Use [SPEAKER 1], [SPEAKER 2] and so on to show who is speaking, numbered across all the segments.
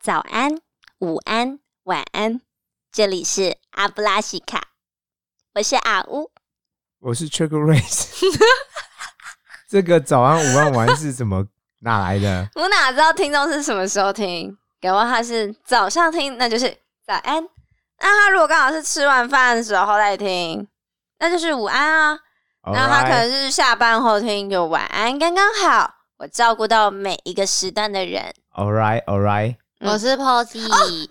[SPEAKER 1] 早安、午安、晚安，这里是阿布拉西卡，我是阿乌。
[SPEAKER 2] 我是 Trick Race。这个早安、午安、晚安是怎么哪 来的？
[SPEAKER 1] 我哪知道听众是什么时候听？给我他是早上听，那就是早安；那他如果刚好是吃完饭的时候再听，那就是午安啊。然后他可
[SPEAKER 2] Alright，
[SPEAKER 1] 能是下班后听，就晚安，刚刚好。我照顾到每一个时段的人，
[SPEAKER 2] Alright Alright，
[SPEAKER 1] 嗯
[SPEAKER 3] 我是 Posy，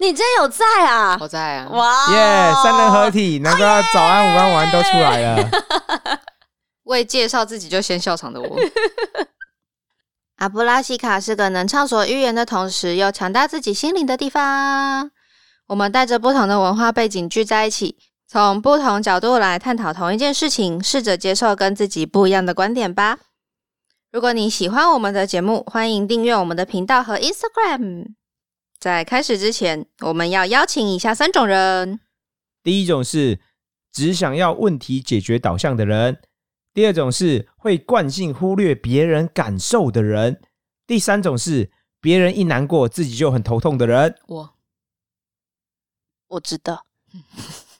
[SPEAKER 1] 你今天有在啊？
[SPEAKER 3] 我在啊，
[SPEAKER 1] 哇
[SPEAKER 2] 耶！三人合
[SPEAKER 1] 哦
[SPEAKER 2] 体，难怪早安、午安、晚安都出来了。
[SPEAKER 3] 为介绍自己就先笑场的我。 阿布拉西卡是个能畅所欲言的同时又强大自己心灵的地方。我们带着不同的文化背景聚在一起，从不同角度来探讨同一件事情，试着接受跟自己不一样的观点吧。如果你喜欢我们的节目，欢迎订阅我们的频道和 Instagram。在开始之前，我们要邀请以下三种人：
[SPEAKER 2] 第一种是只想要问题解决导向的人，第二种是会惯性忽略别人感受的人，第三种是别人一难过自己就很头痛的人。
[SPEAKER 3] 我
[SPEAKER 1] 我知道，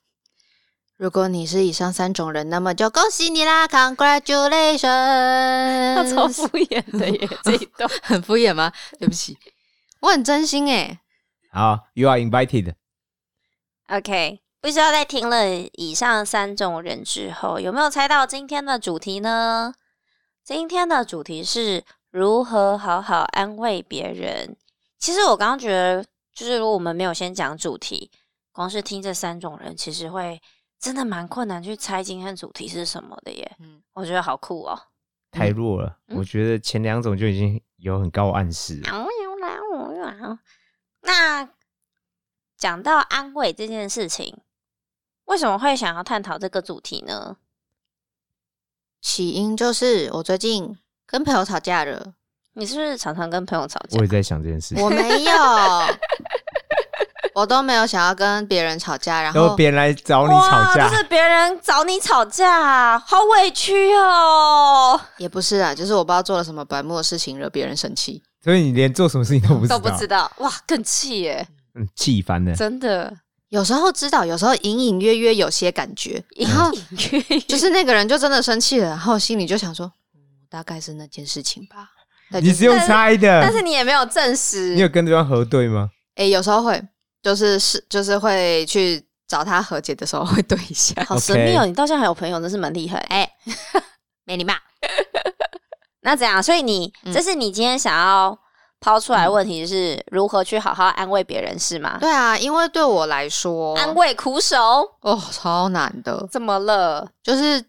[SPEAKER 3] 如果你是以上三种人，那么就恭喜你啦，Congratulations！
[SPEAKER 1] 他 超敷衍的耶，这一段。
[SPEAKER 3] 很敷衍吗？对不起，我很真心诶。
[SPEAKER 2] 好，You are invited。
[SPEAKER 1] OK，不知道在听了以上三种人之后，有没有猜到今天的主题呢？今天的主题是如何好好安慰别人。其实我刚刚觉得，就是如果我们没有先讲主题，光是听这三种人，其实会真的蛮困难去猜今天主题是什么的耶。
[SPEAKER 3] 嗯
[SPEAKER 1] 我觉得好酷哦。
[SPEAKER 2] 太弱了，
[SPEAKER 1] 嗯
[SPEAKER 2] 我觉得前两种就已经有很高暗示了。
[SPEAKER 1] 那讲到安慰这件事情，为什么会想要探讨这个主题呢？
[SPEAKER 3] 起因就是我最近跟朋友吵 架了，
[SPEAKER 1] 你是不是常常跟朋友吵架
[SPEAKER 2] 我？也在想这件事，
[SPEAKER 3] 我没有，我都没有想要跟别人吵架，然
[SPEAKER 2] 都
[SPEAKER 3] 后
[SPEAKER 2] 别人来找你
[SPEAKER 1] 哇，
[SPEAKER 2] 吵
[SPEAKER 1] 就
[SPEAKER 2] 架，
[SPEAKER 1] 是别人找你吵架，好委屈哦，
[SPEAKER 3] 也不是啊，就是我不知道做了什么白目的事情惹别人生气。
[SPEAKER 2] 所以你连做什么事情都不知道，
[SPEAKER 1] 都不知道，哇，更气耶，
[SPEAKER 2] 嗯，气烦了。
[SPEAKER 1] 真的，
[SPEAKER 3] 有时候知道，有时候隐隐约约有些感觉，
[SPEAKER 2] 嗯
[SPEAKER 3] 然后就是那个人就真的生气了，然后心里就想说，嗯，大概是那件事情吧。但就
[SPEAKER 2] 你是用猜的，
[SPEAKER 1] 但是你也没有证实
[SPEAKER 2] 你，有跟对方核对吗？
[SPEAKER 3] 诶、有时候会，就是是，就是会去找他和解的时候会对 一下。
[SPEAKER 1] 好神秘哦，
[SPEAKER 2] OK
[SPEAKER 1] 你到现在还有朋友，真是蛮厉害，哎，没礼貌。 那怎样？所以你
[SPEAKER 3] 嗯
[SPEAKER 1] 这是你今天想要抛出来
[SPEAKER 2] 嗯
[SPEAKER 1] 的问题是如何去好好安慰别人是吗？
[SPEAKER 3] 对啊，因为对我来说，
[SPEAKER 1] 安慰苦手，
[SPEAKER 3] 哦超难的，
[SPEAKER 1] 怎么了？
[SPEAKER 3] 就是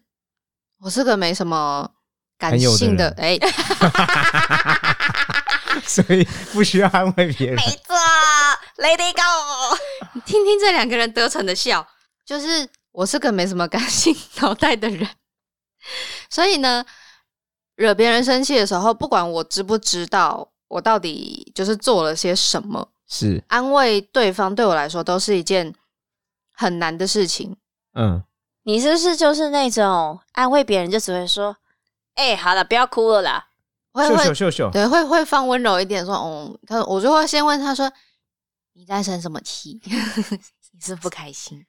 [SPEAKER 3] 我是个没什么感
[SPEAKER 2] 很有的
[SPEAKER 3] 性的
[SPEAKER 2] 人，
[SPEAKER 3] 诶，
[SPEAKER 2] 所以不需要安慰别人
[SPEAKER 1] 没。错，Lady Go。
[SPEAKER 3] 你听听这两个人得逞的笑，就是我是个没什么感性脑袋的人， 所以呢，惹别人生气的时候，不管我知不知道我到底就是做了些什么，
[SPEAKER 2] 是，
[SPEAKER 3] 安慰对方对我来说都是一件很难的事情。
[SPEAKER 2] 嗯，
[SPEAKER 1] 你是不是就是那种安慰别人就只会说：“哎、好了，不要哭了啦。
[SPEAKER 3] 会
[SPEAKER 2] 秀秀
[SPEAKER 3] 会
[SPEAKER 2] 秀秀，
[SPEAKER 3] 对会会放温柔一点说，哦，他我就会先问他说你在生什么气？ 你是不开心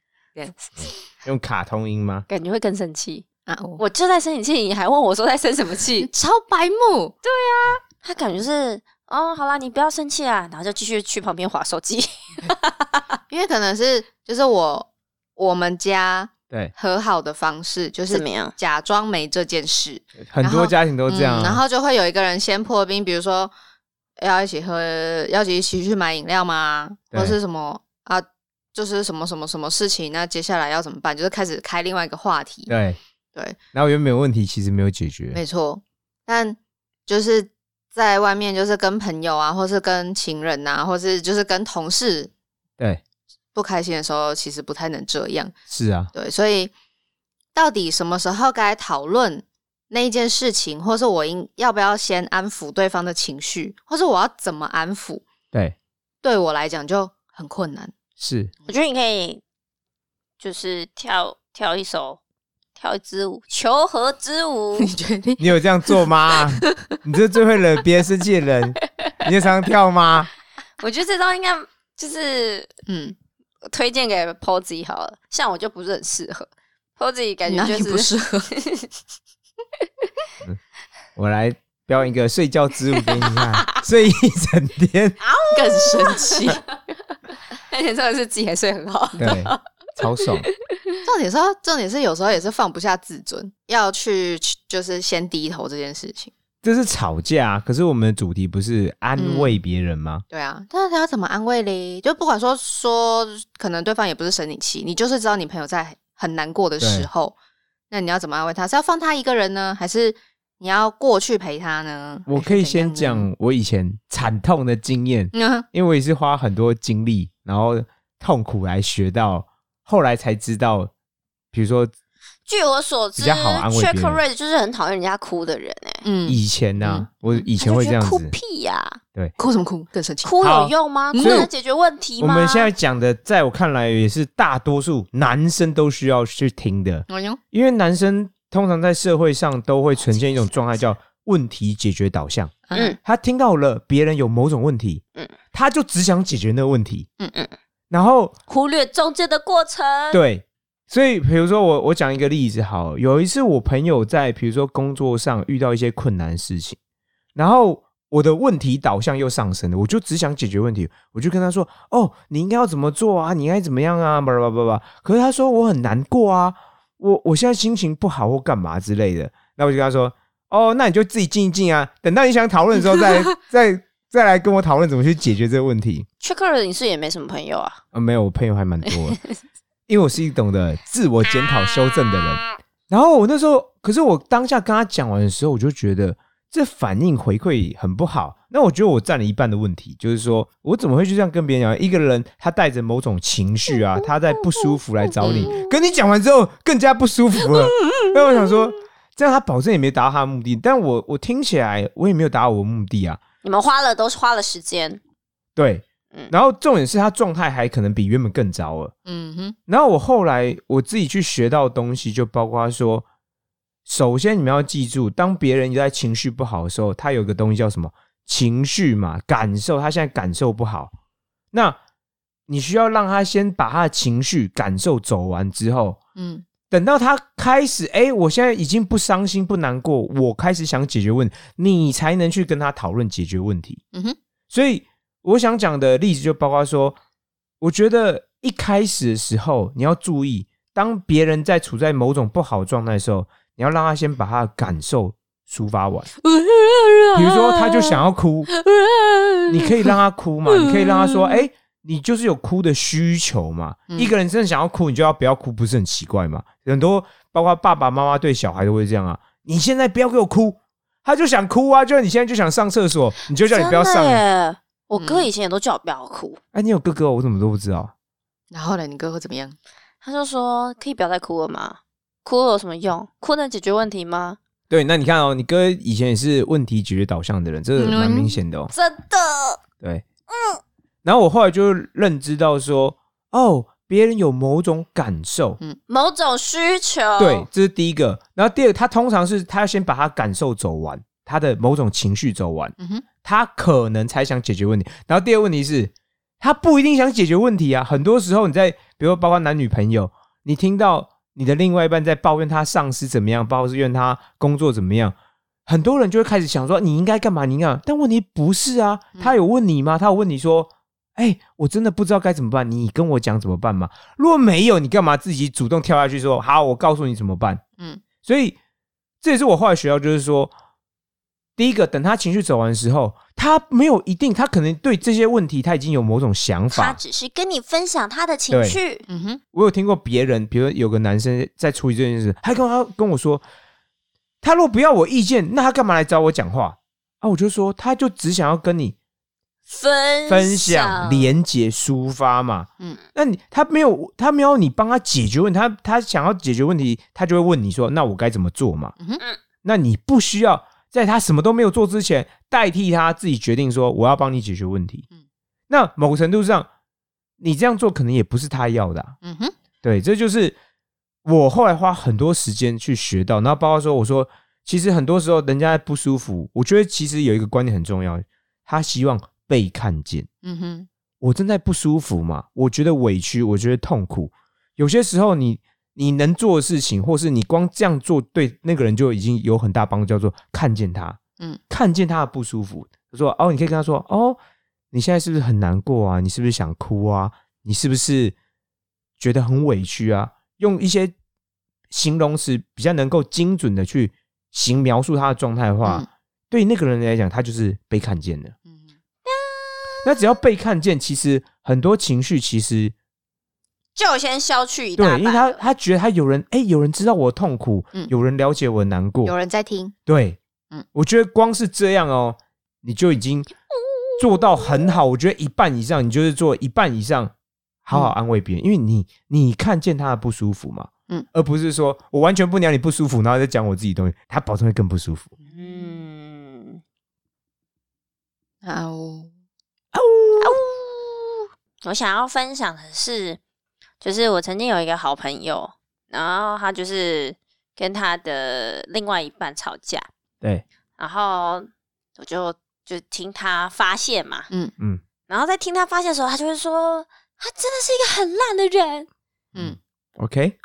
[SPEAKER 2] 用卡通音吗”？
[SPEAKER 1] 感觉会更生气。
[SPEAKER 3] 啊？我
[SPEAKER 1] 我就在生你气，你还问我说在生什么
[SPEAKER 3] 你
[SPEAKER 1] 气？
[SPEAKER 3] 超白目，
[SPEAKER 1] 他感觉是哦，好啦，你不要生气啊啦，然后就继续去旁边划手 机。
[SPEAKER 3] 因为可能是就是我我们家
[SPEAKER 2] 对，
[SPEAKER 3] 和好的方式就
[SPEAKER 1] 怎
[SPEAKER 3] 是
[SPEAKER 1] 么样
[SPEAKER 3] 假装没这件事，
[SPEAKER 2] 很
[SPEAKER 3] 然
[SPEAKER 2] 多
[SPEAKER 3] 后
[SPEAKER 2] 家庭都这样啊。
[SPEAKER 3] 嗯然后就会有一个人先破冰，比如说要一起喝，要一起去买饮料吗？
[SPEAKER 2] 对
[SPEAKER 3] 或是什么啊？就是什么什么什么事情？那接下来要怎么办？就是开始开另外一个话题。
[SPEAKER 2] 对
[SPEAKER 3] 对，
[SPEAKER 2] 然后原本有问题其实没有解决，
[SPEAKER 3] 没错。但就是在外面，就是跟朋友啊，或是跟情人啊，或是就是跟同事
[SPEAKER 2] 对，
[SPEAKER 3] 不开心的时候，其实不太能这样。
[SPEAKER 2] 是啊，
[SPEAKER 3] 对，所以到底什么时候该讨论那一件事情，或是我应要不要先安抚对方的情绪，或是我要怎么安抚，
[SPEAKER 2] 对，
[SPEAKER 3] 对我来讲就很困 难。
[SPEAKER 2] 是
[SPEAKER 1] 我觉得你可以就是跳跳一首，跳一支舞，求和之 舞。
[SPEAKER 3] 你决定
[SPEAKER 2] 你有 这样做吗？你这最会惹别人生气的人，你也常常跳吗？
[SPEAKER 1] 我觉得这招应该就是
[SPEAKER 3] 嗯，
[SPEAKER 1] 推荐给 Posy 好了，像我就不是很适合 Posy，感觉
[SPEAKER 3] 哪
[SPEAKER 1] 就
[SPEAKER 3] 里
[SPEAKER 1] 是
[SPEAKER 3] 不适合？
[SPEAKER 2] 我来表演一个睡觉之舞给你看，睡一整天，
[SPEAKER 3] 更生 气。
[SPEAKER 1] 而且真的是自己还睡很 好。
[SPEAKER 2] 对，超爽。
[SPEAKER 3] 重点是要，重点是有时候也是放不下自尊，要去去就是先低头这件事情。
[SPEAKER 2] 这是吵架啊，可是我们的主题不是安慰别人吗？
[SPEAKER 3] 对啊，但是他要怎么安慰嘞？就不管说说，可能对方也不是生你气，你就是知道你朋友在很难过的时候，那你要怎么安慰他？是要放他一个人呢，还是你要过去陪他呢？
[SPEAKER 2] 我可以
[SPEAKER 3] 嗯还是怎样
[SPEAKER 2] 先
[SPEAKER 3] 呢，
[SPEAKER 2] 讲我以前惨痛的经验，
[SPEAKER 3] 嗯，
[SPEAKER 2] 因为我也是花很多精力，然后痛苦来学到，后来才知道，比如说
[SPEAKER 1] 据我所知
[SPEAKER 2] 比较好安慰别
[SPEAKER 1] ，Check
[SPEAKER 2] 人
[SPEAKER 1] Ray 就是很讨厌人家哭的人哎、
[SPEAKER 3] 嗯，
[SPEAKER 2] 以前呢、
[SPEAKER 3] 嗯
[SPEAKER 2] 我以前会这样
[SPEAKER 1] 他就觉
[SPEAKER 2] 子
[SPEAKER 1] 得哭。屁呀、
[SPEAKER 3] 哭什么哭？更生气。
[SPEAKER 1] 哭
[SPEAKER 2] 好嗯
[SPEAKER 1] 有用吗？哭
[SPEAKER 2] 所以
[SPEAKER 1] 能解决问题
[SPEAKER 2] 我
[SPEAKER 1] 吗？
[SPEAKER 2] 们现在讲的，在我看来也是大多数男生都需要去听的，
[SPEAKER 3] 哎呦，
[SPEAKER 2] 因为男生通常在社会上都会呈现一种状态，叫问题解决导向。
[SPEAKER 1] 嗯
[SPEAKER 2] 他听到了别人有某种问题，
[SPEAKER 1] 嗯
[SPEAKER 2] 他就只想解决那个问题，
[SPEAKER 3] 嗯嗯
[SPEAKER 2] 然后
[SPEAKER 1] 忽略中间的过程。
[SPEAKER 2] 对，所以比如说我我讲一个例子好了，有一次我朋友在比如说工作上遇到一些困难的事情，然后我的问题导向又上升了，我就只想解决问题，我就跟他说：“哦，你应该要怎么做啊？你应该怎么样啊？”叭叭叭叭。可是他说我很难过啊，我我现在心情不好或干嘛之类的，那我就跟他说：“哦，那你就自己静一静啊，等到你想讨论的时候再再再来跟我讨论怎么去解决这个问题。”
[SPEAKER 1] Check Ray 你是也没什么朋友啊。
[SPEAKER 2] 啊，没有，我朋友还蛮多的，因为我是一懂得自我检讨修正的人。然后我那时候，可是我当下跟他讲完的时候，我就觉得这反应回馈很不好。那我觉得我占了一半的问题，就是说我怎么会去这样跟别人讲？一个人他带着某种情绪啊，他在不舒服来找你，跟你讲完之后更加不舒服了。那我想说，这样他保证也没达到他的目的，但我我听起来我也没有达到我的目的啊。
[SPEAKER 1] 你们花了都是花了时间，
[SPEAKER 2] 对
[SPEAKER 1] 嗯，
[SPEAKER 2] 然后重点是他状态还可能比原本更糟了。
[SPEAKER 3] 嗯哼，
[SPEAKER 2] 然后我后来我自己去学到的东西，就包括说，首先你们要记住，当别人在情绪不好的时候，他有个东西叫什么情绪嘛，感受，他现在感受不好，那你需要让他先把他的情绪感受走完之后，
[SPEAKER 3] 嗯
[SPEAKER 2] 等到他开始，哎、我现在已经不伤心不难过，我开始想解决问题，你才能去跟他讨论解决问题。
[SPEAKER 3] 嗯哼，
[SPEAKER 2] 所以我想讲的例子就包括说，我觉得一开始的时候你要注意，当别人在处在某种不好的状态的时候，你要让他先把他的感受抒发完。比
[SPEAKER 3] 比
[SPEAKER 2] 如说，他就 想，要哭，
[SPEAKER 1] 嗯
[SPEAKER 2] 你可以让他哭嘛，你可以让他说，哎、你就是有哭的需求嘛。
[SPEAKER 3] 嗯
[SPEAKER 2] 一个人真的想要哭，你就要不要哭，不是很奇怪嘛？很多包括爸爸妈妈对小孩都会这样啊，你现在不要给我哭。他就想哭啊，就是你现在就想上厕所，你就叫你不要上
[SPEAKER 1] 真
[SPEAKER 2] 啊。
[SPEAKER 1] 的耶。我哥
[SPEAKER 3] 嗯
[SPEAKER 1] 以前也都叫我不要哭，
[SPEAKER 2] 哎，你有哥哥哦，我怎么都不知道？
[SPEAKER 3] 然后呢，你哥会怎么样？
[SPEAKER 1] 他就说可以不要再哭了吗？哭了有什么用？哭能解决问题吗？
[SPEAKER 2] 对，那你看哦，你哥以前也是问题解决导向的人，这个
[SPEAKER 3] 嗯
[SPEAKER 2] 蛮明显的哦。
[SPEAKER 1] 真的，
[SPEAKER 2] 对，嗯。然后我后来就认知到说，哦，别人有某种感受，
[SPEAKER 1] 某种需求。
[SPEAKER 3] 哦
[SPEAKER 2] 对，，这是第一个。然后第二个，他通常是他要先把他感受走完，他的某种情绪走完，
[SPEAKER 3] 嗯哼，
[SPEAKER 2] 他可能才想解决问题。然后第二个问题是，他不一定想解决问题啊。很多时候，你在比如说包括男女朋友，你听到你的另外一半在抱怨他上司怎么样，抱怨他工作怎么样，很多人就会开始想说你应该干嘛，你应该干嘛。但问题不是啊，他有问你吗？他有问你说。哎、我真的不知道该怎么办，你跟我讲怎么办吗？如果没有，你干嘛自己主动跳下去说好？我告诉你怎么办。
[SPEAKER 3] 嗯
[SPEAKER 2] 所以这也是我后来学到，就是说，第一个，等他情绪走完的时候，他没有一定，他可能对这些问题他已经有某种想
[SPEAKER 1] 他
[SPEAKER 2] 法。
[SPEAKER 1] 只是跟你分享他的情绪。
[SPEAKER 3] 嗯哼，
[SPEAKER 2] 我有听过别人，比如有个男生在处理这件事，他跟他跟我说，他若不要我意见，那他干嘛来找我讲话啊？我就说，他就只想要跟你
[SPEAKER 1] 分
[SPEAKER 2] 分享、连接、抒发嘛。嗯
[SPEAKER 3] 嗯，
[SPEAKER 2] 那你他没有，他没有你帮他解决问题，他他想要解决问题，他就会问你说：“那我该怎么做嘛？”
[SPEAKER 3] 嗯哼
[SPEAKER 1] 嗯
[SPEAKER 2] 那你不需要在他什么都没有做之前，代替他自己决定说：“我要帮你解决问题。”
[SPEAKER 3] 嗯
[SPEAKER 2] 那某个程度上，你这样做可能也不是他要的啊、
[SPEAKER 3] 嗯哼，
[SPEAKER 2] 对，这就是我后来花很多时间去学到，然后包括说，我说其实很多时候人家不舒服，我觉得其实有一个观点很重要，他希望被看见。
[SPEAKER 3] 嗯哼，
[SPEAKER 2] 我正在不舒服嘛，我觉得委屈，我觉得痛苦。有些时候你，你能做的事情，或是你光这样做，对那个人就已经有很大帮助，叫做看见他，
[SPEAKER 3] 嗯，
[SPEAKER 2] 看见他的不舒服。就说哦，你可以跟他说哦，你现在是不是很难过啊？你是不是想哭啊？你是不是觉得很委屈啊？用一些形容词比较能够精准的去形描述他的状态的话，
[SPEAKER 3] 嗯
[SPEAKER 2] 对那个人来讲，他就是被看见的。
[SPEAKER 3] 嗯哼，
[SPEAKER 2] 那只要被看见，其实很多情绪其实
[SPEAKER 1] 就先消去一大
[SPEAKER 2] 对，
[SPEAKER 1] 半
[SPEAKER 2] 因为他
[SPEAKER 1] 了。
[SPEAKER 2] 他觉得他有人哎、有人知道我的痛苦，
[SPEAKER 3] 嗯
[SPEAKER 2] 有人了解我的难过
[SPEAKER 3] 有，人在听，
[SPEAKER 2] 对，
[SPEAKER 3] 嗯
[SPEAKER 2] 我觉得光是这样哦，你就已经做到很好。我觉得一半以上，你就是做一半以上，好好安慰别人，因为你你看见他的不舒服嘛，
[SPEAKER 3] 嗯，
[SPEAKER 2] 而不是说我完全不鸟你不舒服，然后再讲我自己东西，他保证会更不舒服。
[SPEAKER 1] 嗯，
[SPEAKER 3] 啊呜，哦
[SPEAKER 1] 啊我想要分享的是，就是我曾经有一个好朋友，然后他就是跟他的另外一半吵架，
[SPEAKER 2] 对，
[SPEAKER 1] 然后我就就听他发泄嘛，
[SPEAKER 3] 嗯
[SPEAKER 2] 嗯，
[SPEAKER 1] 然后在听他发泄的时候，他就会说他真的是一个很烂的人，
[SPEAKER 3] 嗯
[SPEAKER 2] ，OK，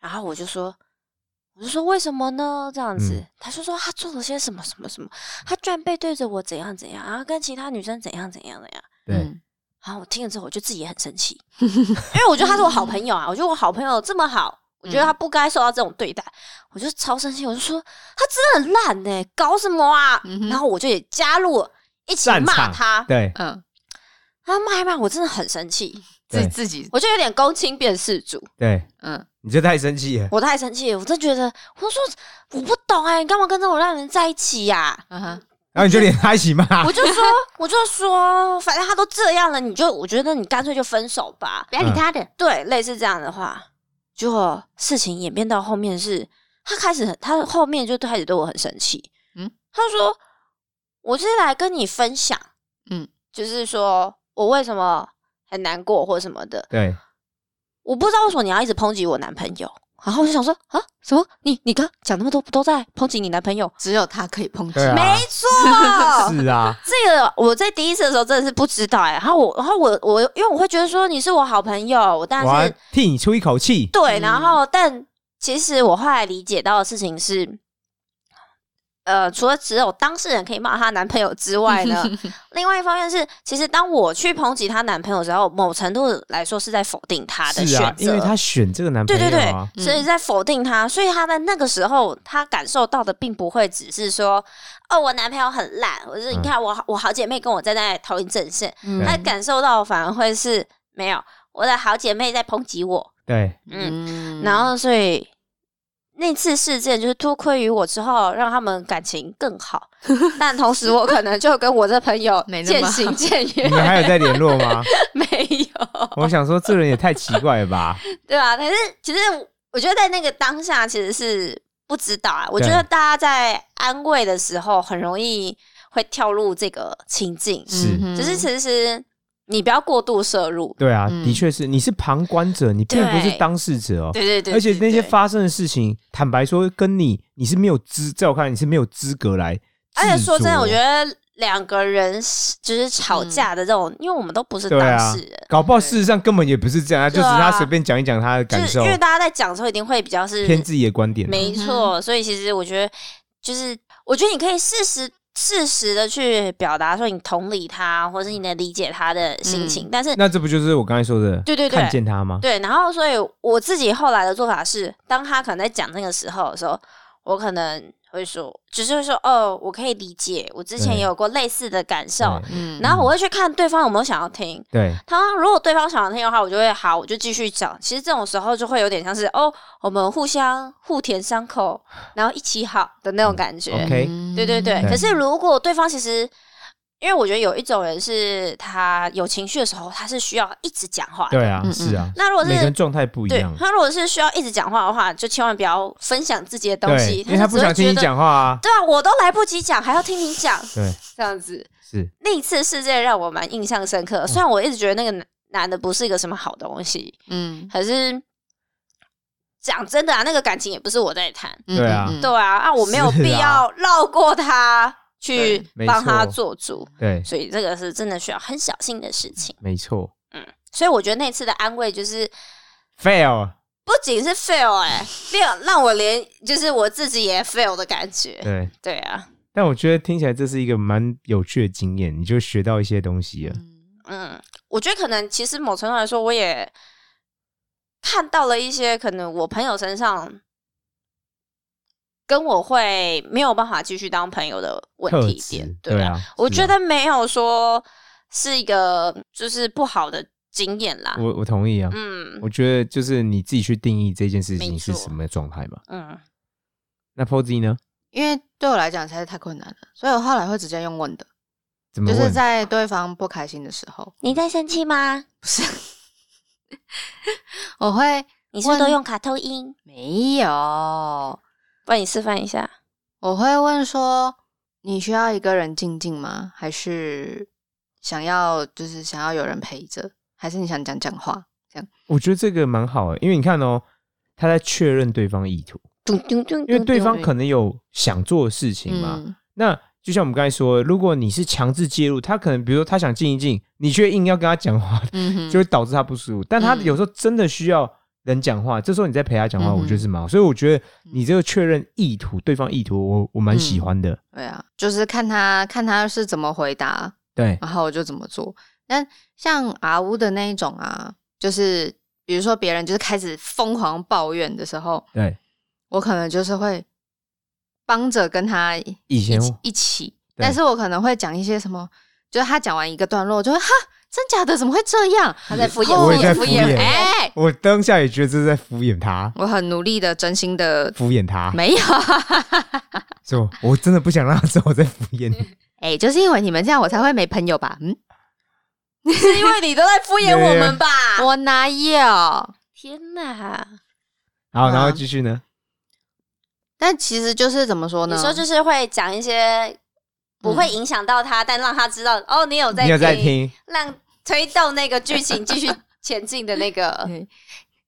[SPEAKER 1] 然后我就说，我就说为什么呢？这样子，
[SPEAKER 2] 嗯
[SPEAKER 1] 他就说他做了些什么什么什么，他居然背对着我怎样怎样，然后跟其他女生怎样怎样怎样。
[SPEAKER 2] 对，
[SPEAKER 3] 嗯
[SPEAKER 1] 然后我听了之后，我就自己也很生 气，因为我觉得他是我好朋友啊，我觉得我好朋友这么好，我觉得
[SPEAKER 2] 嗯
[SPEAKER 1] 他不该受到这种对待，我就超生气，我就说他真的很烂呢、搞什么啊？
[SPEAKER 3] 嗯哼
[SPEAKER 1] 然后我就也加入一起
[SPEAKER 2] 战
[SPEAKER 1] 骂
[SPEAKER 2] 场
[SPEAKER 1] 他，
[SPEAKER 2] 对，
[SPEAKER 3] 嗯，
[SPEAKER 1] 他骂一骂，我真的很生气，
[SPEAKER 3] 自
[SPEAKER 2] 对
[SPEAKER 3] 自己，
[SPEAKER 1] 我就有点公亲变世主，
[SPEAKER 2] 对，
[SPEAKER 3] 嗯
[SPEAKER 2] 你这太生气了，
[SPEAKER 1] 我太生气了，我真觉得，我就说我不懂哎、你干嘛跟这种烂人在一起呀、
[SPEAKER 3] 啊哈，
[SPEAKER 2] 然后你就连他一起骂，
[SPEAKER 3] 啊
[SPEAKER 1] 我就说， 我就说，反正他都这样了，你就我觉得你干脆就分手吧。
[SPEAKER 3] 不要理他的，
[SPEAKER 1] 对，类似这样的话，结果事情演变到后面是，他开始很他后面就开始对我很生气，嗯
[SPEAKER 3] 嗯，
[SPEAKER 1] 他就说我是来跟你分享，嗯
[SPEAKER 3] 嗯，
[SPEAKER 1] 就是说我为什么很难过或什么的，
[SPEAKER 2] 对，
[SPEAKER 1] 我不知道为什么你要一直抨击我男朋友，然后我就想说啊，什么？你你刚讲那么多，不都在抨击你男朋友？
[SPEAKER 3] 只有他可以抨击
[SPEAKER 2] 对，啊
[SPEAKER 1] 没错，
[SPEAKER 2] 是啊，
[SPEAKER 1] 这个我在第一次的时候真的是不知道哎、然后我，然后我我因为我会觉得说你是我好朋友，我当
[SPEAKER 2] 我
[SPEAKER 1] 然
[SPEAKER 2] 要
[SPEAKER 1] 是
[SPEAKER 2] 替你出一口气，
[SPEAKER 1] 对，
[SPEAKER 3] 嗯
[SPEAKER 1] 然后但其实我后来理解到的事情是。呃，除了只有当事人可以骂她男朋友之外 呢，另外一方面是，其实当我去抨击她男朋友的时候，某程度来说是在否定她的
[SPEAKER 2] 是
[SPEAKER 1] 选择、
[SPEAKER 2] 啊，因为他选这个男朋
[SPEAKER 1] 对
[SPEAKER 2] 友
[SPEAKER 1] 对对
[SPEAKER 2] 啊，，
[SPEAKER 3] 嗯
[SPEAKER 1] 所以在否定他，所以他在那个时候，他感受到的并不会只是说，哦，我男朋友很烂，或者是
[SPEAKER 2] 嗯
[SPEAKER 1] 你看我好我好姐妹跟我站在同一阵线，
[SPEAKER 3] 嗯
[SPEAKER 2] 啊
[SPEAKER 1] 他感受到反而会是没有我的好姐妹在抨击我，
[SPEAKER 2] 对
[SPEAKER 1] 嗯，
[SPEAKER 3] 嗯
[SPEAKER 1] 然后所以那次事件就是多亏于我之后，让他们感情更 好，但同时我可能就跟我这朋友
[SPEAKER 3] 没那
[SPEAKER 1] 渐
[SPEAKER 3] 么好
[SPEAKER 1] 行渐
[SPEAKER 2] 你们
[SPEAKER 1] 远，
[SPEAKER 2] 还有在联络 吗？
[SPEAKER 1] 没有。
[SPEAKER 2] 我想说，这人也太奇怪了吧？
[SPEAKER 1] 对啊，可是其实我觉得在那个当下其实是不知道啊。我觉
[SPEAKER 2] 对
[SPEAKER 1] 得大家在安慰的时候很容易会跳入这个情境，
[SPEAKER 2] 是
[SPEAKER 3] 嗯哼
[SPEAKER 1] 只是其实你不要过度摄入。
[SPEAKER 2] 对啊，
[SPEAKER 3] 嗯
[SPEAKER 2] 的确是，你是旁观者，你并不是
[SPEAKER 1] 对
[SPEAKER 2] 当事者哦。
[SPEAKER 1] 对对对，
[SPEAKER 2] 而且
[SPEAKER 1] 对
[SPEAKER 2] 那些
[SPEAKER 1] 对
[SPEAKER 2] 发生的事情，坦白说，跟你你是没有资，在我看来你是没有资格来自哦酌。
[SPEAKER 1] 而且哎说真的，我觉得两个人是就是吵架的这种，因为我们都不是
[SPEAKER 2] 嗯对
[SPEAKER 1] 当
[SPEAKER 2] 啊
[SPEAKER 1] 事人，
[SPEAKER 2] 搞不好事实上根本也不是这样，他就
[SPEAKER 1] 对
[SPEAKER 2] 只
[SPEAKER 1] 啊
[SPEAKER 2] 是他随便讲一讲他的
[SPEAKER 1] 就
[SPEAKER 2] 感
[SPEAKER 1] 是
[SPEAKER 2] 受
[SPEAKER 1] 因，为大家在讲的时候一定会比较是
[SPEAKER 2] 偏自己的观点。
[SPEAKER 1] 没错，所以其实我觉得，就是我觉得你可以适时、适时的去表达说你同理他，或是你能理解他的心情，但是
[SPEAKER 2] 那这不就是我刚才说的？
[SPEAKER 1] 对对对
[SPEAKER 2] 看见他吗？
[SPEAKER 1] 对，然后所以我自己后来的做法是，当他可能在讲那个时候的时候，我可能会说，只是会说哦，我可以理解，我之前
[SPEAKER 2] 对
[SPEAKER 1] 也有过类似的感受，
[SPEAKER 2] 对
[SPEAKER 3] 嗯
[SPEAKER 1] 然后我会去看对方有没有想要听。
[SPEAKER 2] 对，
[SPEAKER 1] 他如果对方想要听的话，我就会好，我就继续讲。其实这种时候就会有点像是哦，我们互相互舔伤口，然后一起好的那种感觉。
[SPEAKER 2] 嗯 OK
[SPEAKER 1] 对对对。
[SPEAKER 2] 对
[SPEAKER 1] 可是如果对方其实，因为我觉得有一种人是他有情绪的时候，他是需要一直讲话的。
[SPEAKER 2] 对啊
[SPEAKER 3] 嗯，嗯
[SPEAKER 2] 是啊，
[SPEAKER 1] 那如果
[SPEAKER 2] 每个人
[SPEAKER 1] 是
[SPEAKER 2] 状态不一
[SPEAKER 1] 对
[SPEAKER 2] 样，
[SPEAKER 1] 他如果是需要一直讲话的话，就千万不要分享自己的东
[SPEAKER 2] 对，
[SPEAKER 1] 西，
[SPEAKER 2] 因为他
[SPEAKER 1] 就
[SPEAKER 2] 不
[SPEAKER 1] 只会
[SPEAKER 2] 想听你
[SPEAKER 1] 觉得。
[SPEAKER 2] 讲 话啊。
[SPEAKER 1] 对啊，我都来不及讲，还要听你讲，
[SPEAKER 2] 对，
[SPEAKER 1] 这样子。
[SPEAKER 2] 是
[SPEAKER 1] 那一次事件让我蛮印象深刻
[SPEAKER 2] 嗯
[SPEAKER 1] 的，虽然我一直觉得那个男男的不是一个什么好东西，
[SPEAKER 3] 嗯，
[SPEAKER 1] 可是讲真的啊，那个感情也不是我在谈，
[SPEAKER 3] 嗯
[SPEAKER 2] 对啊
[SPEAKER 3] 嗯嗯
[SPEAKER 1] 对啊，啊，我没有
[SPEAKER 2] 是啊
[SPEAKER 1] 必要绕过他，去
[SPEAKER 2] 没
[SPEAKER 1] 帮他
[SPEAKER 2] 错
[SPEAKER 1] 做主，
[SPEAKER 2] 对，
[SPEAKER 1] 所以这个是真的需要很小心的事情。嗯
[SPEAKER 2] 没错
[SPEAKER 1] 所以我觉得那次的安慰就是
[SPEAKER 2] ，fail，
[SPEAKER 1] 不仅是 fail 哎、让让我连就是我自己也 fail 的感觉。
[SPEAKER 2] 对。
[SPEAKER 1] 对啊，
[SPEAKER 2] 但我觉得听起来这是一个蛮有趣的经验，你就学到一些东西了。
[SPEAKER 3] 嗯
[SPEAKER 1] 嗯，我觉得可能其实某程度来说，我也看到了一些可能我朋友身上跟我会没有办法继续当朋友的问
[SPEAKER 2] 特
[SPEAKER 1] 题点
[SPEAKER 2] 质。，
[SPEAKER 1] 对啊，
[SPEAKER 2] 啊，
[SPEAKER 1] 我
[SPEAKER 2] 是
[SPEAKER 1] 觉
[SPEAKER 2] 啊
[SPEAKER 1] 得没有说是一个就是不好的经验啦。
[SPEAKER 2] 我我同意啊。
[SPEAKER 1] 嗯
[SPEAKER 2] 我觉得就是你自己去定义这件事
[SPEAKER 1] 没
[SPEAKER 2] 情是
[SPEAKER 1] 错
[SPEAKER 2] 什么状态嘛。
[SPEAKER 1] 嗯，
[SPEAKER 2] 那 Posy 呢？
[SPEAKER 3] 因为对我来讲实在是太困难了，所以我后来会直接用问的，
[SPEAKER 2] 怎么
[SPEAKER 3] 就
[SPEAKER 2] 问？
[SPEAKER 3] 是在对方不开心的时候，
[SPEAKER 1] 你在生气吗？
[SPEAKER 3] 我会
[SPEAKER 1] 你是不是
[SPEAKER 3] 问
[SPEAKER 1] 都用卡通音？
[SPEAKER 3] 没有，
[SPEAKER 1] 帮你示范一下。
[SPEAKER 3] 我会问说：“你需要一个人静静吗？还是想要就是想要有人陪着？还是你想讲讲话？”
[SPEAKER 2] 我觉得这个蛮好的，因为你看哦，他在确认对方意图，
[SPEAKER 1] 咚咚咚
[SPEAKER 2] 因为对方
[SPEAKER 1] 咚
[SPEAKER 2] 可能有想做的事情嘛。
[SPEAKER 3] 嗯，
[SPEAKER 2] 那就像我们刚才说，如果你是强制介入，他可能比如说他想静一静，你却硬要跟他讲话，
[SPEAKER 3] 嗯哼
[SPEAKER 2] 就会导致他不舒服。但他
[SPEAKER 3] 嗯
[SPEAKER 2] 有时候真的需要人讲话，这时候你再陪他讲话，
[SPEAKER 3] 嗯哼嗯
[SPEAKER 2] 我觉得是蛮好。所以我觉得你这个确认意图，对方意图，我我蛮喜欢的。
[SPEAKER 3] 对啊，就是看他看他是怎么回答，
[SPEAKER 2] 对，
[SPEAKER 3] 然后我就怎么做。但像阿乌的那一种啊，就是比如说别人就是开始疯狂抱怨的时候，
[SPEAKER 2] 对，
[SPEAKER 3] 我可能就是会帮着跟他
[SPEAKER 2] 以前
[SPEAKER 3] 一起一起，
[SPEAKER 2] 对
[SPEAKER 3] 但是我可能会讲一些什么，就是他讲完一个段落，我就会哈，真假的怎么会这样？
[SPEAKER 1] 他在敷衍
[SPEAKER 2] 我也在
[SPEAKER 1] 敷
[SPEAKER 2] 敷
[SPEAKER 1] 衍
[SPEAKER 2] 衍
[SPEAKER 3] 哎、
[SPEAKER 2] 我当下也觉得这是在敷衍他，
[SPEAKER 3] 我很努力的，真心的
[SPEAKER 2] 敷衍他，
[SPEAKER 3] 没有，
[SPEAKER 2] 是我我真的不想让他知道我在敷衍你。
[SPEAKER 3] 哎、就是因为你们这样，我才会没朋友吧？嗯，
[SPEAKER 1] 是因为你都在敷衍我们吧？
[SPEAKER 3] 我哪有？
[SPEAKER 1] 天哪！
[SPEAKER 2] 好，然后
[SPEAKER 3] 啊
[SPEAKER 2] 继续呢？
[SPEAKER 3] 但其实就是怎么说呢？
[SPEAKER 1] 你说就是会讲一些不会影响到他，但让他知道哦，你有在
[SPEAKER 2] 嗯你有在，听？
[SPEAKER 1] 让推动那个剧情继续前进的那个
[SPEAKER 3] 对，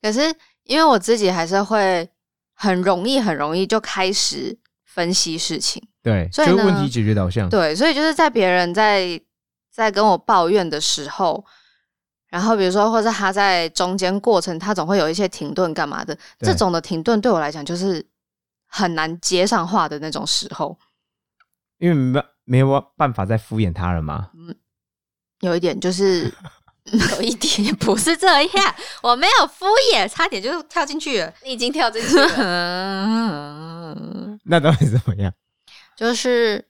[SPEAKER 3] 可是因为我自己还是会很容易、很容易就开始分析事情，
[SPEAKER 2] 对，
[SPEAKER 3] 所以
[SPEAKER 2] 就是
[SPEAKER 3] 呢
[SPEAKER 2] 问题解决导向。
[SPEAKER 3] 对，所以就是在别人在在跟我抱怨的时候，然后比如说，或者他在中间过程，他总会有一些停顿干嘛的，
[SPEAKER 2] 对
[SPEAKER 3] 这种的停顿对我来讲就是很难接上话的那种时候，
[SPEAKER 2] 因为没没有办法再敷衍他了嘛。
[SPEAKER 3] 嗯有一点就是有一点不是这样，我没有敷衍，差点就跳进去了。
[SPEAKER 1] 你已经跳进 去了。
[SPEAKER 2] 那到底怎么样？
[SPEAKER 3] 就是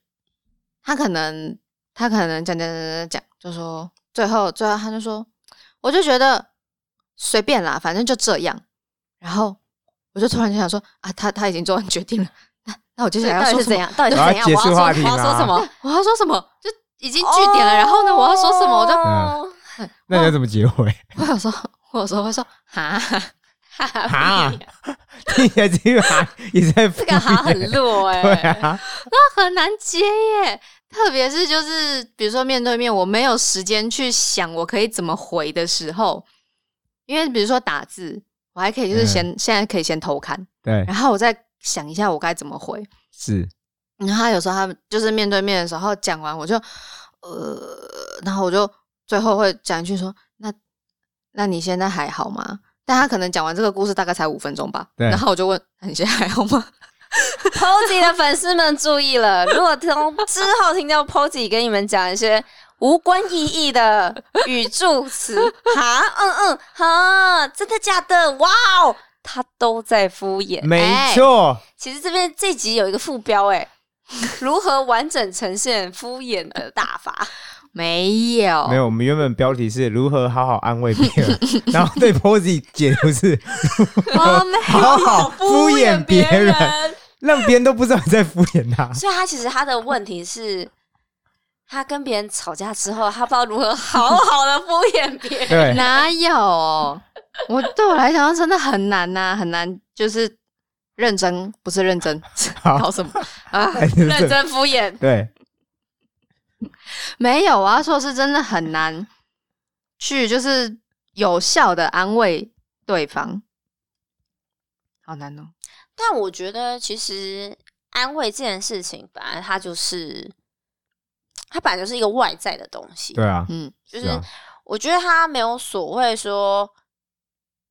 [SPEAKER 3] 他可能他可能讲讲讲讲讲，就说最后最后他就说，我就觉得随便啦，反正就这样。然后我就突然就想说啊，他他已经做完决定了，那那我接
[SPEAKER 1] 所
[SPEAKER 3] 下
[SPEAKER 1] 以
[SPEAKER 3] 来
[SPEAKER 1] 到
[SPEAKER 3] 要
[SPEAKER 1] 底是
[SPEAKER 3] 说
[SPEAKER 1] 怎？
[SPEAKER 3] 什么哦
[SPEAKER 1] 样？到底是
[SPEAKER 2] 我要
[SPEAKER 1] 怎样？
[SPEAKER 2] 结
[SPEAKER 1] 我要
[SPEAKER 2] 束
[SPEAKER 1] 说，
[SPEAKER 2] 话题
[SPEAKER 1] 我要说
[SPEAKER 2] 吗
[SPEAKER 1] 什么？
[SPEAKER 3] 我要说什么？就已经据点了，然后呢，我要说什么？我就
[SPEAKER 2] 嗯
[SPEAKER 1] 哦
[SPEAKER 2] 那你要怎么结 尾？
[SPEAKER 3] 我有时候我有时候会说哈，
[SPEAKER 1] 哈
[SPEAKER 2] 哈
[SPEAKER 1] 哈，
[SPEAKER 2] 听起来这个哈也是在敷
[SPEAKER 1] 这个哈
[SPEAKER 2] 衍。
[SPEAKER 1] 很弱哎、
[SPEAKER 2] 对啊，
[SPEAKER 3] 那很难接耶。特别是就是比如说面对面，我没有时间去想我可以怎么回的时候，因为比如说打字，我还可
[SPEAKER 2] 嗯
[SPEAKER 3] 以就是先、现在可以先偷看，
[SPEAKER 2] 对，
[SPEAKER 3] 然后我再想一下我该怎么回。
[SPEAKER 2] 是
[SPEAKER 3] 然后他有时候他就是面对面的时候讲完，我就呃，然后我就最后会讲一句说：“那那你现在还好吗？”但他可能讲完这个故事大概才五分钟吧，
[SPEAKER 2] 对
[SPEAKER 3] 然后我就问：“ 那你现在还好吗
[SPEAKER 1] Posy 的粉丝们注意了，如果从之后听到 Posy 跟你们讲一些无关意义的语助词， 哈，嗯嗯，哈，真的假的？哇哦，他都在敷衍。
[SPEAKER 2] 没
[SPEAKER 1] 哎
[SPEAKER 2] 错。
[SPEAKER 1] 其实这边这集有一个副标、 哎，如何完整呈现敷衍的大法？？”
[SPEAKER 3] 没有，
[SPEAKER 2] 没有，我们原本标题是如何好好安慰别人，然后对 Posy 解读是
[SPEAKER 1] 我没有
[SPEAKER 2] 好好敷衍别人让别人都不知道你在敷衍他。
[SPEAKER 1] 所以他其实他的问题是。他跟别人吵架之后，他不知道如何好好的敷衍别 人。
[SPEAKER 2] 对，
[SPEAKER 3] 哪有？我对我来讲真的很难呐、很难，就是认真不是认真，
[SPEAKER 2] 好
[SPEAKER 3] 搞什么啊？
[SPEAKER 2] 哎就是
[SPEAKER 1] 认
[SPEAKER 2] 这
[SPEAKER 1] 真敷衍，
[SPEAKER 2] 对，
[SPEAKER 3] 没有，我要说是真的很难去就是有效的安慰对方，好难哦。
[SPEAKER 1] 但我觉得其实安慰这件事情，本来它就是它本来就是一个外在的东西，
[SPEAKER 2] 对啊，
[SPEAKER 3] 嗯，
[SPEAKER 1] 就是
[SPEAKER 2] 是啊，
[SPEAKER 1] 我觉得它没有所谓说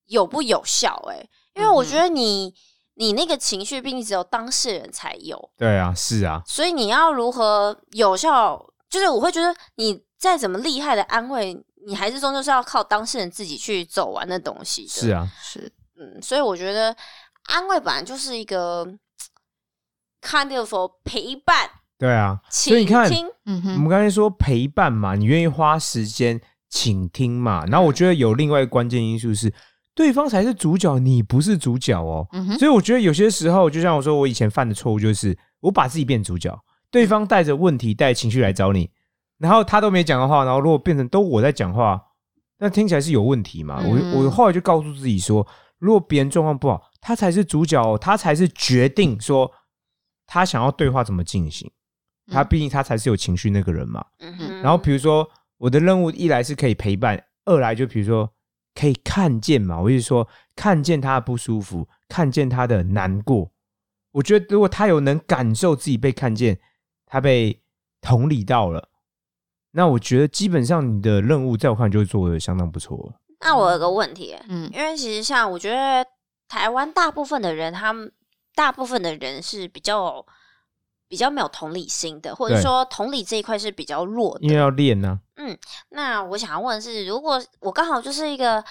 [SPEAKER 1] 有不有效、欸，因为
[SPEAKER 2] 嗯
[SPEAKER 1] 我觉得你、你那个情绪病只有当事人才有，
[SPEAKER 2] 对啊，是啊，
[SPEAKER 1] 所以你要如何有效，就是我会觉得你再怎么厉害的安慰，你还是终究是要靠当事人自己去走完的东西的。
[SPEAKER 2] 是啊，
[SPEAKER 3] 是，
[SPEAKER 1] 嗯，所以我觉得安慰本来就是一个 kind of for 陪伴，
[SPEAKER 2] 对啊。
[SPEAKER 1] 倾
[SPEAKER 2] 所以你看
[SPEAKER 1] 听，
[SPEAKER 3] 嗯
[SPEAKER 2] 我
[SPEAKER 3] 哼，
[SPEAKER 2] 们刚才说陪伴嘛，你愿意花时间倾听嘛，然后我觉得有另外一个关键因素是，对方才是主角，你不是主角哦。
[SPEAKER 3] 嗯哼，
[SPEAKER 2] 所以我觉得有些时候，就像我说，我以前犯的错误就是我把自己变主角，对方带着问题、带情绪来找你，然后他都没讲的话，然后如果变成都我在讲话，那听起来是有问题嘛？
[SPEAKER 3] 嗯
[SPEAKER 2] 我我后来就告诉自己说，如果别人状况不好，他才是主角、哦，他才是决定说他想要对话怎么进行，他
[SPEAKER 3] 嗯
[SPEAKER 2] 毕竟他才是有情绪那个人嘛。
[SPEAKER 1] 嗯哼，
[SPEAKER 2] 然后比如说我的任务一来是可以陪伴，二来就比如说可以看见嘛，我一直说看见他的不舒服，看见他的难过。我觉得如果他有能感受自己被看见，他被同理到了，那我觉得基本上你的任务在我看来就做的相当不错了。
[SPEAKER 1] 那我有个问题、欸
[SPEAKER 3] 嗯
[SPEAKER 1] 因为其实像我觉得台湾大部分的人，他们大部分的人是比较比较没有同理心的，或者
[SPEAKER 2] 对
[SPEAKER 1] 说同理这一块是比较弱
[SPEAKER 2] 因为
[SPEAKER 1] 的。
[SPEAKER 2] 要练呢、
[SPEAKER 1] 那我想要问的是，如果我刚好就是一个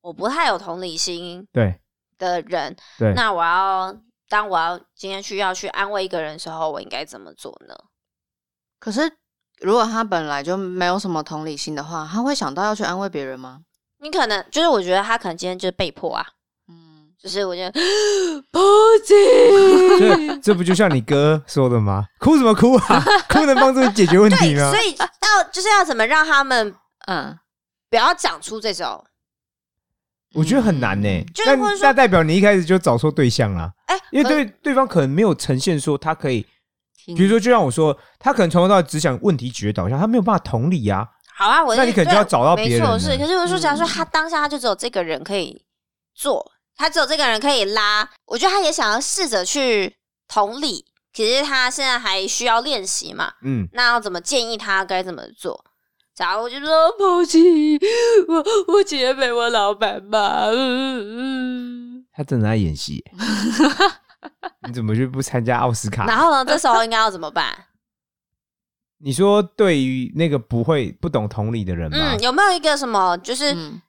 [SPEAKER 1] 我不太有同理心
[SPEAKER 2] 对
[SPEAKER 1] 的人，
[SPEAKER 2] 对，
[SPEAKER 1] 那我要当我要今天去要去安慰一个人的时候，我应该怎么做呢？
[SPEAKER 3] 可是如果他本来就没有什么同理心的话，他会想到要去安慰别人吗？
[SPEAKER 1] 你可能就是我觉得他可能今天就是被迫啊，
[SPEAKER 3] 嗯，
[SPEAKER 1] 就是我觉得 不行，
[SPEAKER 2] 这这不就像你哥说的吗？哭什么哭啊？哭能帮助你解决问 题吗
[SPEAKER 1] 所？以要就是要怎么让他们
[SPEAKER 3] 嗯，
[SPEAKER 1] 不要讲出这种。
[SPEAKER 2] 我觉得很难呢、
[SPEAKER 1] 嗯就是
[SPEAKER 2] 那
[SPEAKER 1] 或者说
[SPEAKER 2] 那代表你一开始就找错对象啦。
[SPEAKER 1] 哎、
[SPEAKER 2] 因为
[SPEAKER 1] 可嗯
[SPEAKER 2] 对对方可能没有呈现说他可以，
[SPEAKER 3] 比
[SPEAKER 2] 比如说就像我说，他可能从头到尾只想问题解决导向，他没有办法同理啊。
[SPEAKER 1] 好啊，我
[SPEAKER 2] 那你可能就要找到
[SPEAKER 1] 对
[SPEAKER 2] 别人啊
[SPEAKER 1] 没
[SPEAKER 2] 了
[SPEAKER 1] 错，是。可是我说，假如说
[SPEAKER 3] 嗯
[SPEAKER 1] 他当下他就只有这个人可以做，他只有这个人可以拉，我觉得他也想要试着去同理，可是他现在还需要练习嘛。
[SPEAKER 2] 嗯，
[SPEAKER 1] 那要怎么建议他该怎么做？假如我就说抱歉，我我今天被我老板骂，嗯嗯
[SPEAKER 2] 他真的在 演戏耶、你怎么就不参加奥斯
[SPEAKER 1] 嗯。 然
[SPEAKER 2] 卡？
[SPEAKER 1] 后呢，这时 候应该要怎么办？
[SPEAKER 2] 你说对于那个不会不懂同理的人嘛，
[SPEAKER 1] 嗯，有没有一个什么就是
[SPEAKER 3] 嗯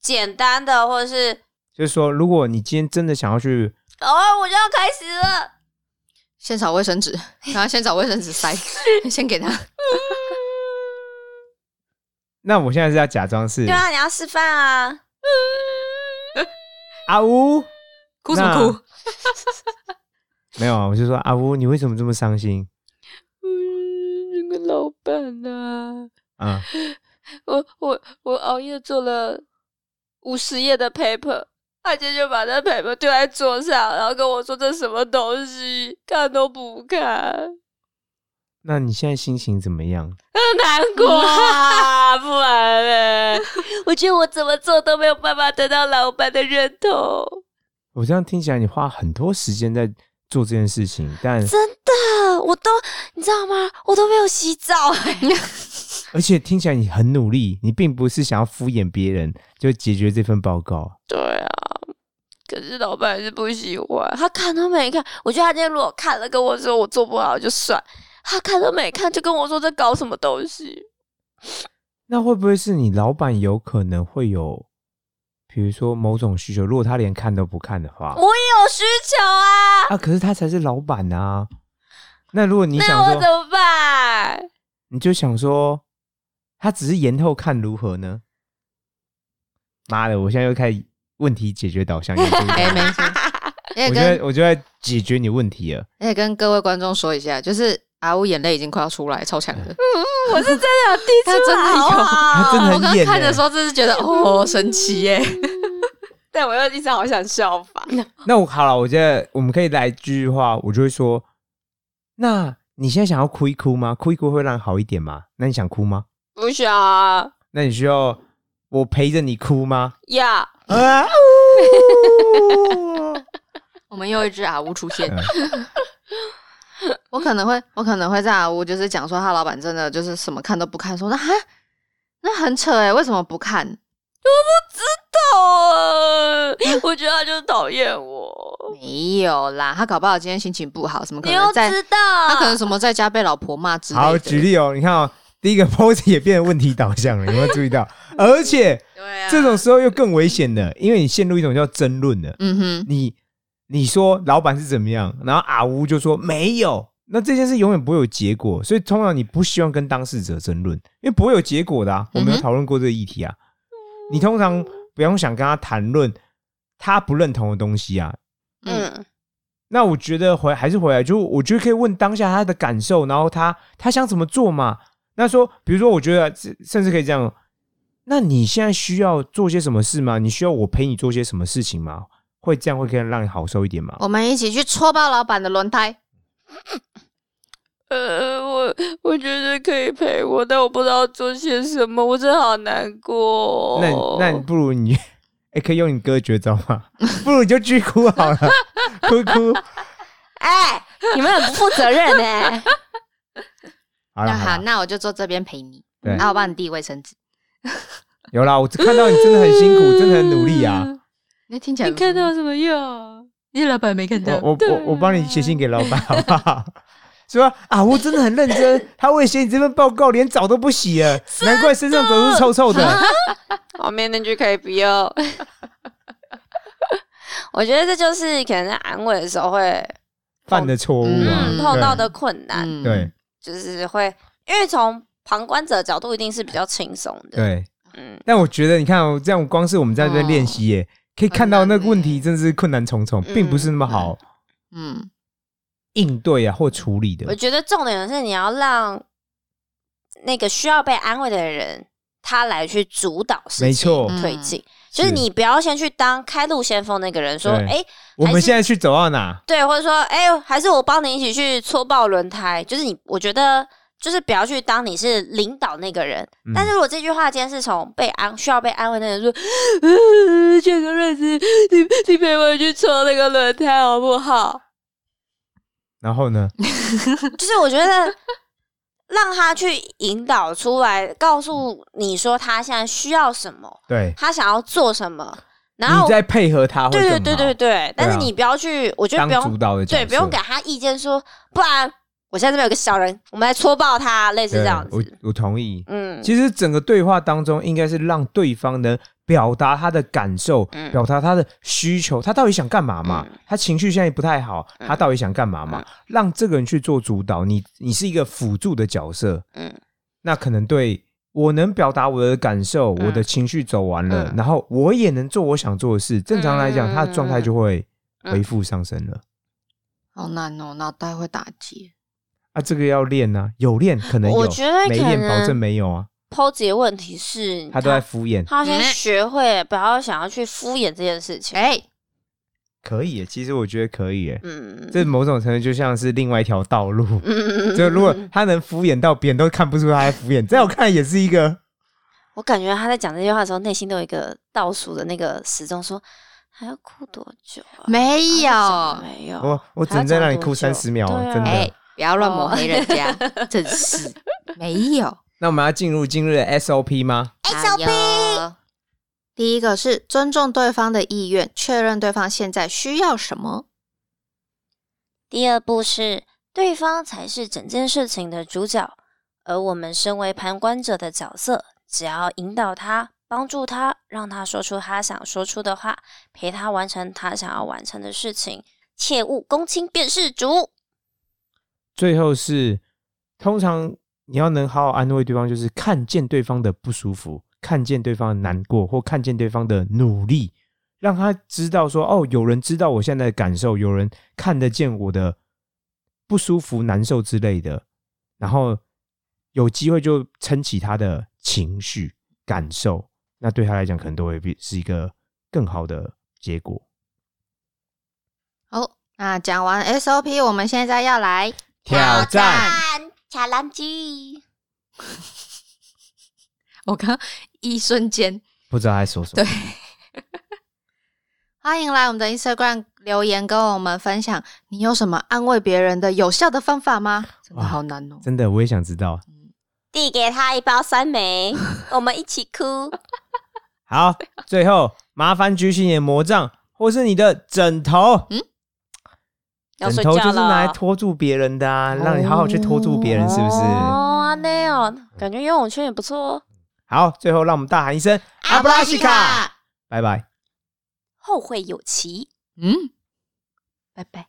[SPEAKER 1] 简单的，或者是
[SPEAKER 2] 就是说，如果你今天真的想要去，
[SPEAKER 1] 哦，我就要开始了。
[SPEAKER 3] 先找 卫生纸，然后先找卫生纸塞，先给他。
[SPEAKER 2] 那我现在是要假装是
[SPEAKER 1] 对啊，你要示范啊！
[SPEAKER 2] 阿呜，
[SPEAKER 3] 哭什么哭？
[SPEAKER 2] 没有啊，我就说阿呜，你为什么这么伤心？
[SPEAKER 4] 嗯，那个老板啊，
[SPEAKER 2] 啊、
[SPEAKER 4] 我我我熬夜做了五十页的 paper，他今天就把那 paper 丢在桌上，然后跟我说这什么东西，看都不看，
[SPEAKER 2] 那你现在心情怎么样？
[SPEAKER 4] 很难过啊，不欸然嘞， 我觉得我怎么做都没有办法得到老板的认同。
[SPEAKER 2] 我这样听起来，你花很多时间在做这件事情，但
[SPEAKER 1] 真的，我都你知道吗？我都没有洗澡、
[SPEAKER 4] 欸
[SPEAKER 2] 而且听起来你很努力，你并不是想要敷衍别人就解决这份报告。
[SPEAKER 4] 对啊，可是老板还是不喜欢，
[SPEAKER 1] 他看都没看，
[SPEAKER 4] 我觉得他今天如果看了跟我说我做不好就算，他看都没看就跟我说在搞什么东西。
[SPEAKER 2] 那会不会是你老板有可能会有，比如说某种需求？如果他连看都不看的话，
[SPEAKER 1] 我也有需求啊，
[SPEAKER 2] 啊，可是他才是老板啊。那如果你
[SPEAKER 4] 那我
[SPEAKER 2] 想
[SPEAKER 4] 怎
[SPEAKER 2] 说，
[SPEAKER 4] 么办？
[SPEAKER 2] 你就想说，他只是延后看如何呢？妈的，我现在又开始问题解决导向，有注意到吗
[SPEAKER 3] 哎，
[SPEAKER 2] 我
[SPEAKER 3] 没错，也
[SPEAKER 2] 就
[SPEAKER 3] 跟
[SPEAKER 2] 在我就在解决你问题了。
[SPEAKER 3] 也跟各位观众说一下，就是阿乌眼泪已经快要出来，超强的，
[SPEAKER 4] 嗯我是真的有滴出
[SPEAKER 3] 他真的
[SPEAKER 4] 来，好哦不
[SPEAKER 3] 有
[SPEAKER 4] 好
[SPEAKER 2] 他真的
[SPEAKER 3] 啊我
[SPEAKER 2] 很
[SPEAKER 3] 刚
[SPEAKER 2] 演、欸，
[SPEAKER 3] 看的时候，真 是觉得 哦，神奇耶！
[SPEAKER 4] 但我又一直好想效仿。
[SPEAKER 2] 那我好了，我觉得我们可以来一句话，我就会说：那你现在想要哭一哭吗？哭一哭会让好一点吗？那你想哭吗？
[SPEAKER 4] 不想啊，
[SPEAKER 2] 那你需要我陪着你哭吗？
[SPEAKER 4] 呀、
[SPEAKER 2] 啊！呜
[SPEAKER 3] 我们又一只阿乌出现
[SPEAKER 2] 嗯，
[SPEAKER 3] 我可能会，我可能会在阿屋就是讲说，他老板真的就是什么看都不看，说那哈，那很扯哎、为什么不看？
[SPEAKER 4] 哦，我觉得他就是讨厌我。
[SPEAKER 3] 没有啦，他搞不好今天心情不好，什么可
[SPEAKER 4] 你又
[SPEAKER 3] 能在
[SPEAKER 4] 知道，
[SPEAKER 3] 他可能什么在家被老婆骂之类的。
[SPEAKER 2] 好，举例哦，你看哦，第一个 pose 也变得问题导向了，有没有注意到？而且
[SPEAKER 3] 对啊，
[SPEAKER 2] 这种时候又更危险了，因为你陷入一种叫争论了。
[SPEAKER 3] 嗯哼，
[SPEAKER 2] 你你说老板是怎么样，然后阿乌就说没有，那这件事永远不会有结果，所以通常你不希望跟当事者争论，因为不会有结果的、啊。我们
[SPEAKER 3] 嗯
[SPEAKER 2] 有
[SPEAKER 3] 哼
[SPEAKER 2] 讨论过这个议题啊，你通常不用想跟他谈论他不认同的东西啊。
[SPEAKER 3] 嗯
[SPEAKER 1] 嗯，
[SPEAKER 2] 那我觉得回还是回来，就我觉得可以问当下他的感受，然后他他想怎么做嘛。那说，比如说，我觉得甚甚至可以这样，那你现在需要做些什么事吗？你需要我陪你做些什么事情吗？会这样会可以让你好受一点吗？
[SPEAKER 3] 我们一起去戳爆老板的轮胎。
[SPEAKER 4] 呃，我我觉得可以陪我，但我不知道做些什么，我真的好难过。
[SPEAKER 1] 哦
[SPEAKER 3] 嗯
[SPEAKER 2] 那你那你不如你，哎、可以用你哥的绝招吗？不如你就巨哭好了，哭哭。
[SPEAKER 1] 哎、你们很不负责任哎、
[SPEAKER 2] 好了
[SPEAKER 3] 那
[SPEAKER 2] 好
[SPEAKER 3] 好，
[SPEAKER 2] 了，
[SPEAKER 3] 那我就坐这边陪你，
[SPEAKER 2] 对
[SPEAKER 3] 那我帮你递卫生纸。
[SPEAKER 2] 有啦，我只看到你真的很辛苦，真的很努力啊。
[SPEAKER 3] 那听起
[SPEAKER 4] 嗯
[SPEAKER 3] 来
[SPEAKER 4] 你看到什么用？你老板没看到？
[SPEAKER 2] 我我
[SPEAKER 4] 对啊
[SPEAKER 2] 我我帮你写信给老板好不 好？说啊，我真的很认真，他为了写你这份报告，连澡都不洗了，难怪身上总是臭臭的。
[SPEAKER 1] 啊
[SPEAKER 4] 旁边那句可以不要。
[SPEAKER 1] 我觉得这就是可能在安慰的时候会
[SPEAKER 2] 犯的错误啊，
[SPEAKER 1] 嗯
[SPEAKER 3] 嗯
[SPEAKER 2] 对
[SPEAKER 1] 碰到的困难，
[SPEAKER 3] 嗯
[SPEAKER 2] 对
[SPEAKER 1] 就是会因为从旁观者的角度一定是比较轻松的，
[SPEAKER 2] 对。
[SPEAKER 1] 嗯，
[SPEAKER 2] 但我觉得你看哦，这样光是我们在这边练习
[SPEAKER 1] 哦
[SPEAKER 2] 耶，可以看到那个问题真的是困难重重，
[SPEAKER 1] 嗯
[SPEAKER 2] 并不是那么好
[SPEAKER 3] 嗯，
[SPEAKER 2] 应对啊或处理的
[SPEAKER 1] 我。觉得重点是你要让那个需要被安慰的人他来去主导事情
[SPEAKER 2] 没错嗯
[SPEAKER 1] 推进，
[SPEAKER 2] 是
[SPEAKER 1] 就是你不要先去当开路先锋那个人，说
[SPEAKER 2] 对
[SPEAKER 1] 哎、
[SPEAKER 2] 我
[SPEAKER 1] 还
[SPEAKER 2] 们
[SPEAKER 1] 是
[SPEAKER 2] 现在去走到哪？
[SPEAKER 1] 对，或者说，哎、还是我帮你一起去搓爆轮胎。就是你，我觉得就是不要去当你是领导那个人。
[SPEAKER 2] 嗯
[SPEAKER 1] 但是如果这句话今天是从被安需要被安慰那个人说， 呃，这个日子，你
[SPEAKER 4] 你陪我去戳那个轮胎好不好？
[SPEAKER 2] 然后呢？
[SPEAKER 1] 就是我觉得让他去引导出来，告诉你说他现在需要什么，
[SPEAKER 2] 对，
[SPEAKER 1] 他想要做什么，然后
[SPEAKER 2] 你再配合他会
[SPEAKER 1] 对
[SPEAKER 2] 更好
[SPEAKER 1] 对对对对，但是你不要去，我觉得
[SPEAKER 2] 啊当
[SPEAKER 1] 不用
[SPEAKER 2] 主导的角色
[SPEAKER 1] 对，不用给他意见说，不然我现在这边有个小人，我们来戳爆他，类似
[SPEAKER 2] 对
[SPEAKER 1] 这样
[SPEAKER 2] 我
[SPEAKER 1] 子。
[SPEAKER 2] 我同意。
[SPEAKER 1] 嗯，
[SPEAKER 2] 其实整个对话当中，应该是让对方能表达他的感受，
[SPEAKER 1] 嗯
[SPEAKER 2] 表达他的需求，他到底想干嘛嘛？
[SPEAKER 1] 嗯
[SPEAKER 2] 他情绪现在不太好，
[SPEAKER 1] 嗯
[SPEAKER 2] 他到底想干嘛嘛？让这个人去做主导，你你是一个辅助的角色，
[SPEAKER 1] 嗯
[SPEAKER 2] 那可能对我能表达我的感受，
[SPEAKER 1] 嗯
[SPEAKER 2] 我的情绪走完了，
[SPEAKER 1] 嗯
[SPEAKER 2] 然后我也能做我想做的事。正常来讲，
[SPEAKER 1] 嗯
[SPEAKER 2] 他的状态就会
[SPEAKER 1] 嗯
[SPEAKER 2] 恢复上升了。
[SPEAKER 3] 好难哦，脑袋会打结。
[SPEAKER 2] 啊，这个要练啊，有练可能有，
[SPEAKER 1] 我觉得
[SPEAKER 2] 没
[SPEAKER 1] 可
[SPEAKER 2] 练
[SPEAKER 1] 能
[SPEAKER 2] 保证没有啊，
[SPEAKER 1] 剖析的问题是，
[SPEAKER 2] 他都在敷衍。
[SPEAKER 1] 他要先学会不要想要去敷衍这件事情。
[SPEAKER 3] 哎、
[SPEAKER 2] 可以耶，其实我觉得可以耶，
[SPEAKER 1] 嗯
[SPEAKER 2] 这某种程度就像是另外一条道路。
[SPEAKER 1] 嗯，
[SPEAKER 2] 就如果他能敷衍到别人都看不出他在敷衍，在我看来也是一个
[SPEAKER 1] 我感觉他在讲这句话的时候，内心都有一个倒数的那个时钟，说还要哭多久啊？
[SPEAKER 3] 没有，
[SPEAKER 1] 啊怎么没有，
[SPEAKER 2] 我我只能再让你哭三十秒，
[SPEAKER 1] 还要讲多久
[SPEAKER 2] 真
[SPEAKER 1] 对啊
[SPEAKER 3] 哎、
[SPEAKER 2] 的。
[SPEAKER 3] 不要乱抹黑人家，
[SPEAKER 4] 哦
[SPEAKER 3] 真是没有。
[SPEAKER 2] 那我们要进入今日的 SOP 吗？
[SPEAKER 4] 哎
[SPEAKER 3] SOP。第一个是尊重对方的意愿，确认对方现在需要什么。
[SPEAKER 1] 第二步是对方才是整件事情的主角，而我们身为旁观者的角色，只要引导他、帮助他，让他说出他想说出的话，陪他完成他想要完成的事情，切勿公亲便是主。
[SPEAKER 2] 最后是，通常你要能好好安慰对方，就是看见对方的不舒服，看见对方的难过，或看见对方的努力，让他知道说，哦，有人知道我现在的感受，有人看得见我的不舒服、难受之类的，然后有机会就撑起他的情绪感受，那对他来讲可能都会变是一个更好的结果。
[SPEAKER 3] 好，那讲完 SOP，我们现在要来
[SPEAKER 2] 挑战
[SPEAKER 1] 卡兰基，
[SPEAKER 3] 我刚一瞬间，
[SPEAKER 2] 不知道他在说什么，
[SPEAKER 3] 对欢迎来我们的 Instagram 留言，跟我们分享你有什么安慰别人的有效的方法吗？真的
[SPEAKER 2] 哇
[SPEAKER 3] 好难哦。
[SPEAKER 2] 真的，我也想知道。
[SPEAKER 1] 递给他一包酸梅，我们一起哭。
[SPEAKER 2] 好，最后麻烦举起你的魔杖，或是你的枕头。
[SPEAKER 3] 嗯
[SPEAKER 1] 要
[SPEAKER 2] 枕
[SPEAKER 1] 睡
[SPEAKER 2] 头
[SPEAKER 1] 觉
[SPEAKER 2] 就是拿来
[SPEAKER 1] 了。
[SPEAKER 2] 拖住别人的啊，让你好好去拖住别人，是不是？嗯
[SPEAKER 1] 哦，安内哦，感觉游泳圈也不错哦。
[SPEAKER 2] 好，最后让我们大喊一声阿布拉西卡，拜拜。
[SPEAKER 1] 后会有期。
[SPEAKER 3] 嗯，
[SPEAKER 1] 拜拜。